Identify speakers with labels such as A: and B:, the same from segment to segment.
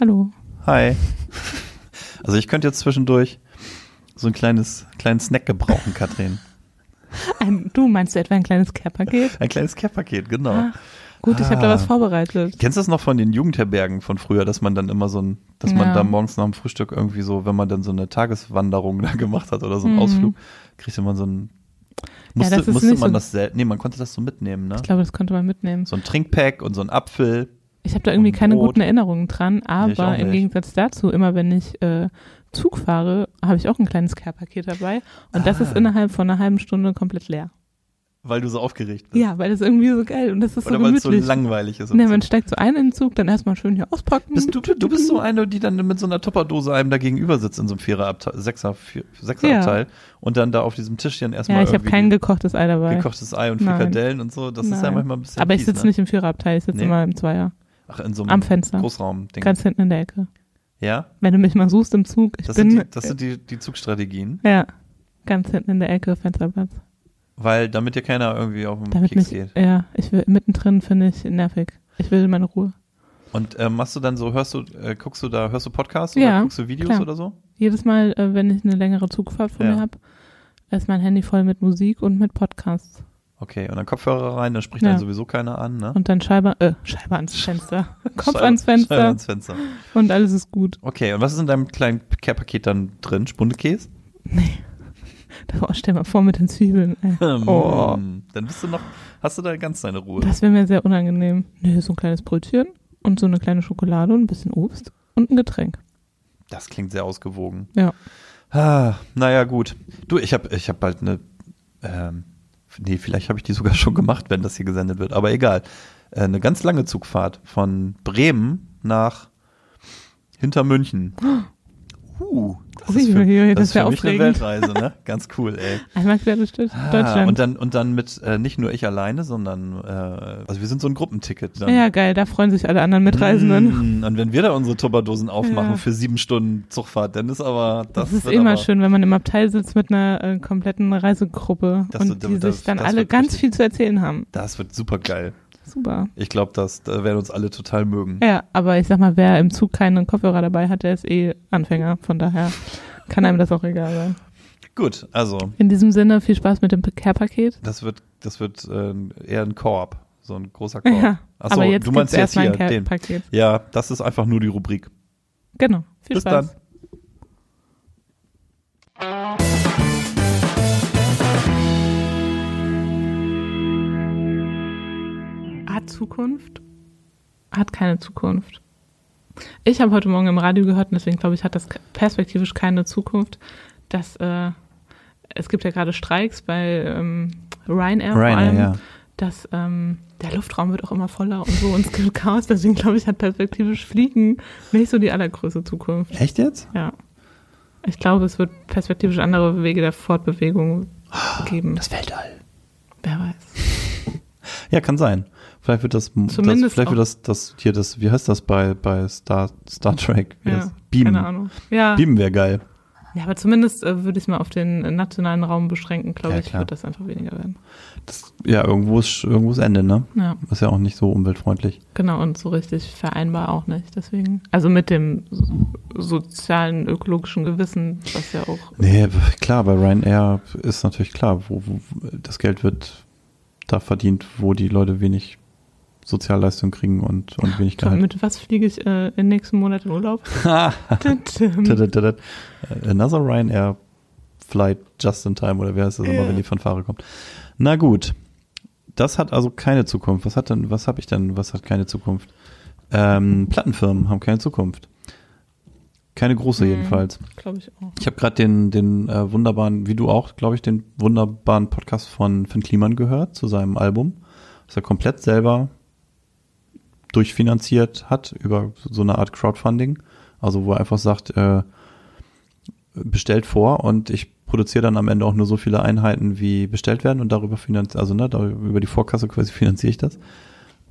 A: Hallo.
B: Hi. Also ich könnte jetzt zwischendurch so ein kleines, kleinen Snack gebrauchen, Katrin.
A: Ein, Ähm, du meinst du etwa ein kleines Care-Paket?
B: Ein kleines Care-Paket, genau.
A: Ah, gut, ich habe da
B: Ah.
A: was vorbereitet.
B: Kennst du das noch von den Jugendherbergen von früher, dass man dann immer so ein, dass man
A: Ja.
B: da morgens nach dem Frühstück irgendwie so, wenn man dann so eine Tageswanderung da gemacht hat oder so einen
A: Mhm.
B: Ausflug, kriegte man so ein, musste,
A: das ist
B: musste
A: nicht
B: man
A: so-
B: das selbst, nee, man konnte das so mitnehmen, ne?
A: Ich glaube, das könnte man mitnehmen.
B: So ein Trinkpack und so ein Apfel.
A: Ich habe da irgendwie
B: Und
A: keine
B: Brot.
A: guten Erinnerungen dran,
B: ich auch
A: aber im
B: nicht.
A: Gegensatz dazu, immer wenn ich äh, Zug fahre, habe ich auch ein kleines Care-Paket dabei und das
B: Ah.
A: ist innerhalb von einer halben Stunde komplett leer.
B: Weil du so aufgeregt bist.
A: Ja, weil das irgendwie so geil und das ist
B: Oder
A: so
B: weil es so
A: gemütlich.
B: langweilig ist. im
A: Ne,
B: Zug.
A: man steigt so ein in den Zug, dann erstmal schön hier auspacken.
B: Bist du, du bist so eine, die dann mit so einer Tupperdose einem da gegenüber sitzt in so einem Viererabteil, Sechser, Vier- Sechserabteil und dann da auf diesem Tischchen erstmal
A: ja, ich habe
B: irgendwie
A: kein gekochtes Ei dabei.
B: gekochtes Ei und
A: Nein.
B: Frikadellen und so. Das ist ja
A: Nein.
B: manchmal ein bisschen
A: aber ich
B: fies,
A: sitze
B: ne?
A: nicht im Viererabteil, ich sitze
B: Nee.
A: immer im Zweier.
B: Ach, in so einem
A: am Fenster.
B: Großraum-Ding.
A: Ganz hinten in der Ecke.
B: ja,
A: Wenn du mich mal suchst im Zug, ich
B: das
A: bin.
B: sind, die, das sind die, die Zugstrategien,
A: ja, ganz hinten in der Ecke, Fensterplatz.
B: Hm, weil damit dir keiner irgendwie auf den
A: Damit
B: Keks
A: mich,
B: geht.
A: ja, ich will, mittendrin finde ich nervig. Ich will meine Ruhe.
B: Und ähm, machst du dann so, hörst du, äh, guckst du da, hörst du Podcasts oder
A: Ja,
B: guckst du Videos
A: klar.
B: oder so?
A: Jedes Mal, äh, wenn ich eine längere Zugfahrt von
B: Ja.
A: mir habe, ist mein Handy voll mit Musik und mit Podcasts.
B: Okay, und dann Kopfhörer rein, dann spricht
A: Ja.
B: dann sowieso keiner an, ne?
A: Und dann Scheibe, äh, Scheibe ans Fenster. Kopf
B: Scheibe-
A: ans Fenster
B: Scheibe ans Fenster.
A: und alles ist gut.
B: Okay, und was ist in deinem kleinen Care-Paket dann drin? Spundekäse?
A: Oh, stell mal vor mit den Zwiebeln. Ey. Oh.
B: Mm, Dann bist du noch, hast du da ganz deine Ruhe.
A: Das wäre mir sehr unangenehm. Nö, so ein kleines Brötchen und so eine kleine Schokolade und ein bisschen Obst und ein Getränk.
B: Das klingt sehr ausgewogen.
A: Ja.
B: Ah, naja, gut. Du, ich habe ich hab bald eine, ähm, nee, vielleicht habe ich die sogar schon gemacht, wenn das hier gesendet wird, aber egal. Äh, eine ganz lange Zugfahrt von Bremen nach Hintermünchen. Uh, das ist für,
A: Uiuiui,
B: das
A: das
B: ist
A: wär
B: für mich eine
A: aufregend.
B: Weltreise, ne? Ganz cool, ey.
A: Einmal quer durch Deutsch-
B: Ah,
A: Deutschland.
B: Und dann, und dann mit, äh, nicht nur ich alleine, sondern, äh, also wir sind so ein Gruppenticket. Dann.
A: ja, geil, da freuen sich alle anderen Mitreisenden.
B: Mm, Und wenn wir da unsere Tupperdosen aufmachen
A: Ja.
B: für sieben Stunden Zugfahrt, dann ist aber das,
A: Das, ist
B: wird
A: immer
B: aber,
A: schön, wenn man im Abteil sitzt mit einer äh, kompletten Reisegruppe
B: Das
A: und
B: wird-
A: die
B: das-
A: sich dann
B: das
A: alle
B: wird
A: ganz
B: richtig-
A: viel zu erzählen haben.
B: Das wird super geil.
A: Super.
B: Ich glaube, das da werden uns alle total mögen.
A: Ja, aber ich sag mal, wer im Zug keinen Kopfhörer dabei hat, der ist eh Anfänger. Von daher kann einem das auch egal sein.
B: Gut, also
A: In diesem Sinne, viel Spaß mit dem Care-Paket.
B: das wird das wird äh, eher ein Korb, so ein großer Korb.
A: Ja,
B: Oh, Ach so,
A: aber jetzt
B: du meinst
A: gibt's
B: jetzt
A: erstmal
B: hier
A: ein
B: den.
A: Care-Paket.
B: Ja, das ist einfach nur die Rubrik.
A: Genau. Viel
B: Bis
A: Spaß.
B: dann.
A: Hat Zukunft? Hat keine Zukunft. Ich habe heute Morgen im Radio gehört, und deswegen glaube ich, hat das ke- perspektivisch keine Zukunft, dass äh, es gibt ja gerade Streiks bei ähm, Ryanair, vor allem, dass ähm, der Luftraum wird auch immer voller und so und es gibt Chaos. Deswegen glaube ich, hat perspektivisch Fliegen nicht so die allergrößte Zukunft.
B: Echt jetzt?
A: Ja. Ich glaube, es wird perspektivisch andere Wege der Fortbewegung geben.
B: Weltall.
A: Wer weiß.
B: Ja, kann sein. Vielleicht wird das, das
A: Zumindest
B: vielleicht
A: auch-
B: wird das das hier das wie heißt das bei bei Star Star Trek? Wie
A: Ja,
B: heißt- Beamen.
A: Keine Ahnung. Ja.
B: Beamen wäre geil.
A: ja, aber zumindest äh, würde ich es mal auf den äh, nationalen Raum beschränken, glaube
B: Ja,
A: ich,
B: klar.
A: wird das einfach weniger werden.
B: Das, ja, irgendwo ist irgendwo ist Ende, ne?
A: Ja,
B: Ist ja auch nicht so umweltfreundlich.
A: genau. Und so richtig vereinbar auch nicht. Deswegen. Also mit dem so- sozialen, ökologischen Gewissen, was ja auch.
B: Nee, w- klar, bei Ryanair ist natürlich klar, wo, wo das Geld wird da verdient, wo die Leute wenig Sozialleistung kriegen und, und wenig
A: So,
B: Gehalt.
A: mit was fliege ich äh, im nächsten Monat in Urlaub? Tim, Tim.
B: Tadad, tadad. Äh, Another Ryanair Flight just in time oder wer heißt das
A: Ja.
B: immer, wenn die Fanfare kommt. Na gut, das hat also keine Zukunft. Was hat denn, was habe ich denn, was hat keine Zukunft? Ähm, Plattenfirmen haben keine Zukunft. Keine große
A: Mhm.
B: jedenfalls.
A: glaube ich auch.
B: Ich habe gerade den, den äh, wunderbaren, wie du auch, glaube ich, den wunderbaren Podcast von Finn Kliman gehört zu seinem Album, das er komplett selber durchfinanziert hat über so eine Art Crowdfunding. Also wo er einfach sagt, äh, bestellt vor und ich produziere dann am Ende auch nur so viele Einheiten, wie bestellt werden und darüber finanziere, also ne, darüber, über die Vorkasse quasi finanziere ich das.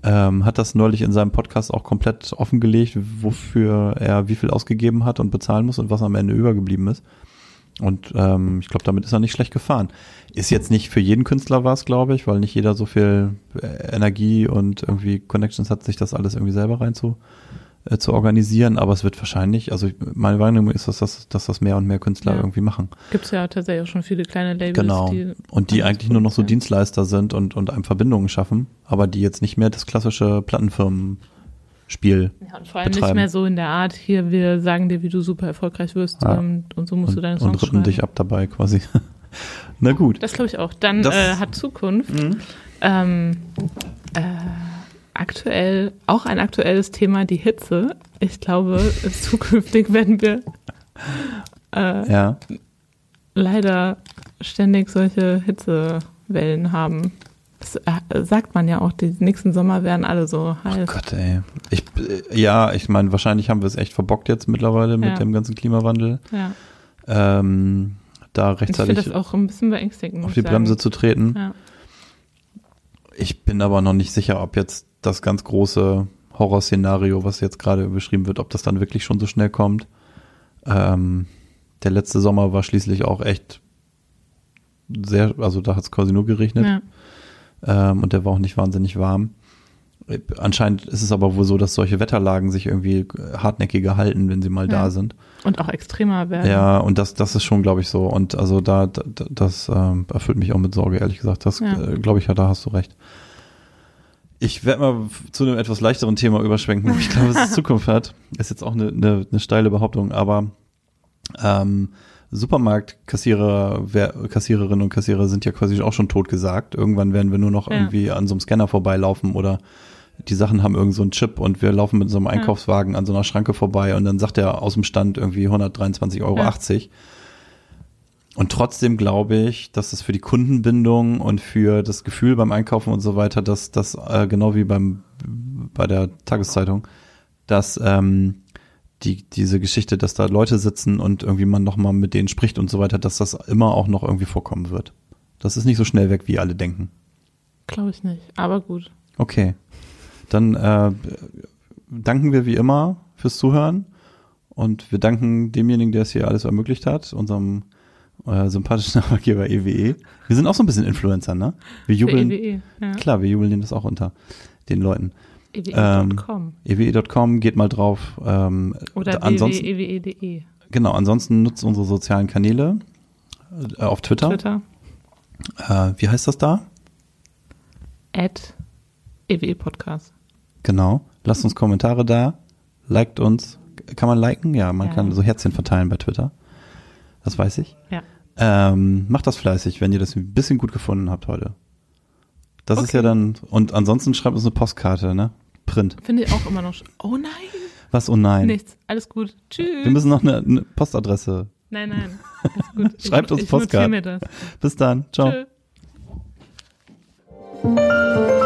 B: Ähm, hat das neulich in seinem Podcast auch komplett offengelegt, wofür er wie viel ausgegeben hat und bezahlen muss und was am Ende übergeblieben ist. Und ähm, ich glaube, damit ist er nicht schlecht gefahren. Ist jetzt nicht für jeden Künstler was, glaube ich, weil nicht jeder so viel äh, Energie und irgendwie Connections hat, sich das alles irgendwie selber reinzu äh, zu organisieren, aber es wird wahrscheinlich, also ich- meine Wahrnehmung ist, dass das, dass das mehr und mehr Künstler
A: Ja.
B: irgendwie machen.
A: Gibt es ja tatsächlich auch schon viele kleine Labels,
B: Genau.
A: die
B: und die eigentlich nur noch so
A: Ja.
B: Dienstleister sind und, und einem Verbindungen schaffen, aber die jetzt nicht mehr das klassische Plattenfirmenspiel.
A: Ja, und vor allem nicht
B: betreiben.
A: mehr so in der Art, hier, wir sagen dir, wie du super erfolgreich wirst
B: Ja.
A: ähm, und so musst du
B: und,
A: deine
B: und
A: Songs
B: rippen
A: schreiben.
B: dich ab dabei quasi. Na gut.
A: Das glaube ich auch. Dann
B: Das- Mhm.
A: äh, hat Zukunft ähm, äh, aktuell auch ein aktuelles Thema, die Hitze. Ich glaube, zukünftig werden wir äh,
B: Ja.
A: leider ständig solche Hitzewellen haben. Das äh, sagt man ja auch, die nächsten Sommer werden alle so
B: Oh
A: heiß.
B: Gott, ey. Ich, äh, ja, ich meine, wahrscheinlich haben wir es echt verbockt jetzt mittlerweile
A: Ja.
B: mit dem ganzen Klimawandel.
A: ja.
B: Ähm, da
A: Ich finde
B: rechtzeitig
A: das auch ein bisschen beängstigend. muss
B: auf die
A: ich sagen.
B: Bremse zu treten.
A: Ja.
B: Ich bin aber noch nicht sicher, ob jetzt das ganz große Horrorszenario, was jetzt gerade beschrieben wird, ob das dann wirklich schon so schnell kommt. Ähm, der letzte Sommer war schließlich auch echt sehr, also da hat es quasi nur geregnet.
A: Ja.
B: Ähm, und der war auch nicht wahnsinnig warm. Äh, Anscheinend ist es aber wohl so, dass solche Wetterlagen sich irgendwie äh, hartnäckiger halten, wenn sie mal
A: Ja.
B: da sind.
A: Und auch extremer werden.
B: Ja, und das, das ist schon, glaube ich, so. Und also da, da das ähm, erfüllt mich auch mit Sorge, ehrlich gesagt. Das
A: Ja.
B: äh, glaube ich, ja, da hast du recht. Ich werde mal f- zu einem etwas leichteren Thema überschwenken. wo Ich glaube, es Zukunft hat. Ist jetzt auch eine, eine, eine steile Behauptung, aber ähm, Supermarktkassierer, wer, Kassiererinnen und Kassierer sind ja quasi auch schon totgesagt. Irgendwann werden wir nur noch
A: Ja.
B: irgendwie an so einem Scanner vorbeilaufen oder die Sachen haben irgend so einen Chip und wir laufen mit so einem Einkaufswagen an so einer Schranke vorbei und dann sagt er aus dem Stand irgendwie 123,80 Euro. Und trotzdem glaube ich, dass es für die Kundenbindung und für das Gefühl beim Einkaufen und so weiter, dass das äh, genau wie beim bei der Tageszeitung, dass ähm, die diese Geschichte, dass da Leute sitzen und irgendwie man noch mal mit denen spricht und so weiter, dass das immer auch noch irgendwie vorkommen wird. Das ist nicht so schnell weg, wie alle denken.
A: Glaube ich nicht, aber gut.
B: Okay. Dann äh, danken wir wie immer fürs Zuhören und wir danken demjenigen, der es hier alles ermöglicht hat, unserem äh, sympathischen Arbeitgeber EWE. Wir sind auch so ein bisschen Influencer, ne? Wir
A: Für
B: jubeln,
A: EWE. Ja.
B: klar, wir jubeln denen das auch unter, den Leuten. Ähm, E
A: EWE.com
B: EWE.com, geht mal drauf. Ähm,
A: oder E
B: ansonsten,
A: www.ewe.de.
B: genau, ansonsten nutzt unsere sozialen Kanäle äh, auf Twitter.
A: Twitter.
B: Äh, wie heißt das da?
A: At EWE Podcast.
B: Genau. Lasst uns Kommentare da. Liked uns. Kann man liken? Ja, man
A: Ja.
B: kann so Herzchen verteilen bei Twitter. Das weiß ich.
A: Ja.
B: Ähm, macht das fleißig, wenn ihr das ein bisschen gut gefunden habt heute. Das ist
A: Okay.
B: ja dann. Und ansonsten schreibt uns eine Postkarte, ne? Print.
A: Finde ich auch immer noch. sch- Oh nein,
B: Was? Oh nein.
A: nichts. Alles gut. Tschüss.
B: Wir müssen noch eine, eine Postadresse.
A: nein, nein. Alles gut.
B: Schreibt uns
A: ich, ich notiere
B: Postkarten.
A: mir das.
B: Bis dann. Ciao.
A: Tschüss.